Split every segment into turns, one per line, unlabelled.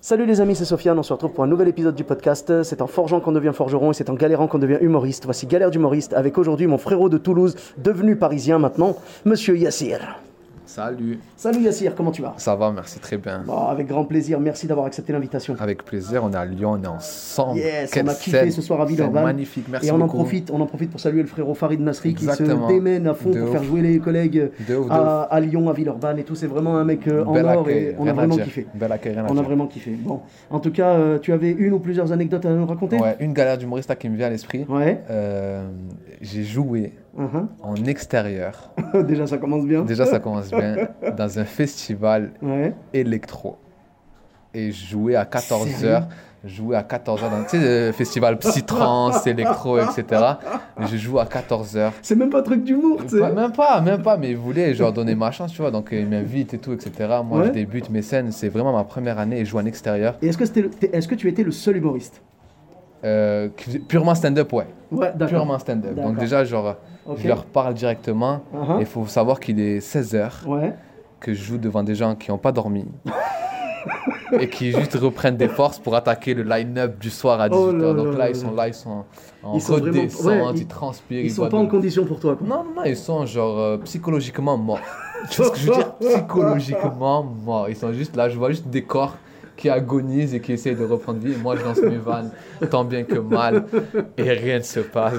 Salut les amis, c'est Sofiane, on se retrouve pour un nouvel épisode du podcast. C'est en forgeant qu'on devient forgeron et c'est en galérant qu'on devient humoriste. Voici Galère d'humoriste avec aujourd'hui mon frérot de Toulouse, devenu parisien maintenant, monsieur Yassir.
Salut,
Salut Yassir, comment tu vas
ça va, merci très bien.
Bon, Avec grand plaisir, merci d'avoir accepté l'invitation.
Avec plaisir, on est à Lyon, on est ensemble.
Yes,
Ah, Quelle
on a kiffé
scène,
ce soir à
scène
Villeurbanne.
Magnifique, merci
et on en,
beaucoup.
profite, on en profite pour saluer le frérot Farid Nasri qui
Exactement.
se démène à fond
De
pour
ouf.
faire jouer les collègues
De ouf, de
à, à Lyon, à Villeurbanne et tout. C'est vraiment un mec euh, en
Bel
or
accueil,
et on
rien
a
à
vraiment
dire.
kiffé.
Bel accueil, rien à
On a
dire.
vraiment kiffé. Bon, en tout cas, euh, tu avais une ou plusieurs anecdotes à nous raconter
Ouais, une galère d'humoriste là, qui me vient à l'esprit.
Ouais.
Euh, J'ai joué
Mhm.
en extérieur.
Déjà, ça commence bien.
Déjà, ça commence bien. dans un festival
Ouais.
électro. Et jouer à 14h.
Sérieux
Jouer à 14h dans tu sais, le festival psy-trans, électro, etc. Je joue à 14h.
C'est même pas un truc d'humour, tu sais.
Pas- même pas, même pas, mais ils voulaient genre donner ma chance, tu vois. Donc euh, ils m'invitent et tout, etc. Moi,
Ouais.
je débute mes scènes, c'est vraiment ma première année et je joue en extérieur.
Et est-ce que, c'était le- t'es- est-ce que tu étais le seul humoriste
Euh, qui faisait purement stand-up, ouais.
Ouais,
Purement stand-up.
D'accord.
Donc déjà, genre, euh,
Ok.
je leur parle directement.
Uh-huh.
Il faut savoir qu'il est 16h,
Ouais.
que je joue devant des gens qui n'ont pas dormi. et qui juste reprennent des forces pour attaquer le line-up du soir à 18h.
Oh là
Donc
là
là,
là
ils
là.
sont là, ils sont en
Ils sont vraiment-
redescente,
ouais, ils-
ils transpirent.
Ils sont
boivent
pas
de
en condition pour toi, quoi.
Non, non, non, ils sont genre euh, psychologiquement morts. tu vois ce que je veux dire Psychologiquement morts. Ils sont juste là, je vois juste des corps qui agonisent et qui essayent de reprendre vie. Et moi, je lance mes vannes tant bien que mal. Et rien ne se passe.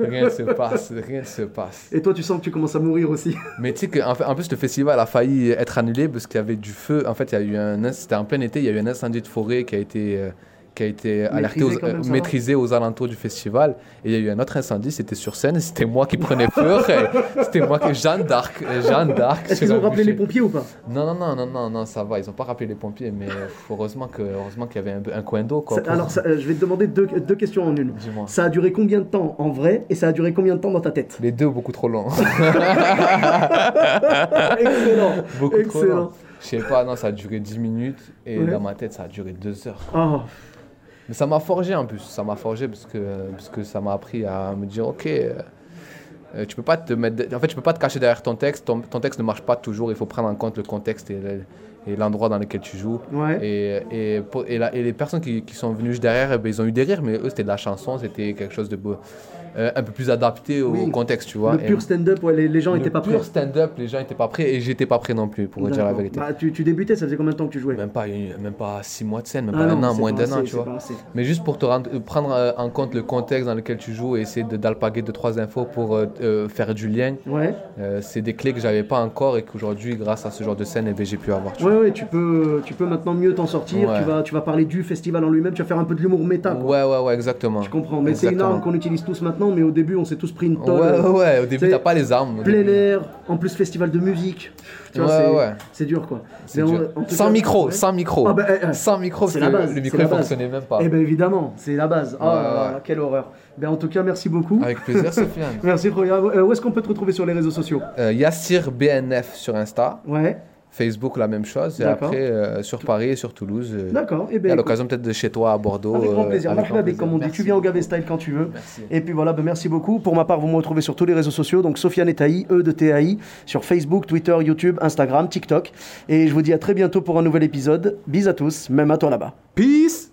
Rien ne se passe. Rien ne se passe.
Et toi, tu sens que tu commences à mourir aussi.
Mais tu sais qu'en fait, en plus, le festival a failli être annulé parce qu'il y avait du feu. En fait, il y a eu un inc- c'était en plein été, il y a eu un incendie de forêt qui a été. euh, qui a été alerté aux,
quand même,
euh,
ça va
maîtrisé aux alentours du festival. Et il y a eu un autre incendie, c'était sur scène, et c'était moi qui prenais feu. et c'était moi qui... Jeanne d'Arc. euh, Jeanne d'Arc.
Est-ce
sur
qu'ils
la
ont rappelé
bouchée.
les pompiers ou pas
Non, non, non, non, non, non, ça va. Ils n'ont pas rappelé les pompiers, mais euh, heureusement que- heureusement qu'il y avait un, un coin d'eau. quoi,
Ça-
pour-
Alors, ça, euh, je vais te demander deux, deux questions en une.
Dis-moi.
Ça a duré combien de temps en vrai et ça a duré combien de temps dans ta tête
Les deux, beaucoup trop longs.
Excellent.
beaucoup trop
Excellent.
longs. Je sais pas, non, ça a duré 10 minutes, et
Ouais.
dans ma tête, ça a duré 2 heures.
Oh,
Mais ça m'a forgé en plus, ça m'a forgé parce que, parce que ça m'a appris à me dire ok, euh, euh, tu peux pas te mettre, de- en fait tu peux pas te cacher derrière ton texte, ton, ton texte ne marche pas toujours, il faut prendre en compte le contexte et, le- et l'endroit dans lequel tu joues.
ouais.
Et, et, pour- et la- et les personnes qui, qui sont venues juste derrière, eh ben, ils ont eu des rires, mais eux c'était de la chanson, c'était quelque chose de beau, euh, un peu plus adapté au
Oui.
contexte, tu vois.
le pur stand-up, ouais, les, les gens
le
n'étaient pas prêts.
pur stand-up, les gens étaient pas prêts et j'étais pas prêt non plus pour vous dire la
D'accord.
vérité.
Bah, tu, tu débutais, ça faisait combien de temps que tu jouais
Même pas, une- même pas six mois de scène, même
Ah
pas un
non,
an,
c'est
moins
pas
d'un an,
assez,
tu
c'est
vois.
pas assez.
Mais juste pour te rendre- euh, prendre euh, en compte le contexte dans lequel tu joues et essayer de- d'alpaguer deux, trois infos pour euh, euh, faire du lien,
Ouais.
euh, c'est des clés que j'avais pas encore et qu'aujourd'hui, grâce à ce genre de scène, eh ben, j'ai pu avoir. tu vois.
Ouais, ouais, tu peux, tu peux maintenant mieux t'en sortir.
Ouais.
Tu, vas, tu vas parler du festival en lui-même. Tu vas faire un peu de l'humour méta. quoi.
Ouais, ouais, ouais, exactement.
Je comprends. Mais c'est une arme qu'on utilise tous maintenant. Mais au début, on s'est tous pris une tolle.
Ouais, ouais, ouais, au
C'est
début, t'as pas les armes. au
Plein
début.
air, en plus festival de musique. Tu vois,
Ouais,
c'est-
ouais.
c'est dur quoi.
C'est
Mais en-
dur.
en tout
Sans
cas-
micro,
Ouais.
sans micro.
Ah bah, eh, eh.
Sans micro,
C'est
parce
la
que
base.
le micro
c'est la
ne
base.
fonctionnait même pas.
Eh ben évidemment, c'est la base. Ah là
Ouais,
là,
ouais.
quelle horreur. Ben en tout cas, merci beaucoup.
Avec plaisir, Sofiane.
Merci Roya. Euh, où est-ce qu'on peut te retrouver sur les réseaux sociaux
Euh, Yassir BNF sur Insta,
Ouais,
Facebook la même chose, et
D'accord.
après euh, sur Paris et sur Toulouse. euh,
d'accord. Eh
Et
ben,
à
écoute,
l'occasion peut-être de chez toi à Bordeaux.
avec grand
euh,
plaisir. Marc
grand
Babé,
plaisir.
comme on dit,
Merci.
tu viens au Gavé Style quand tu veux.
Merci.
Et puis voilà, ben merci beaucoup. Pour ma part, vous me retrouvez sur tous les réseaux sociaux, donc Sofiane et Taï, E de TAI, sur Facebook, Twitter, YouTube, Instagram, TikTok. Et je vous dis à très bientôt pour un nouvel épisode. Bis à tous, même à toi là-bas.
Peace.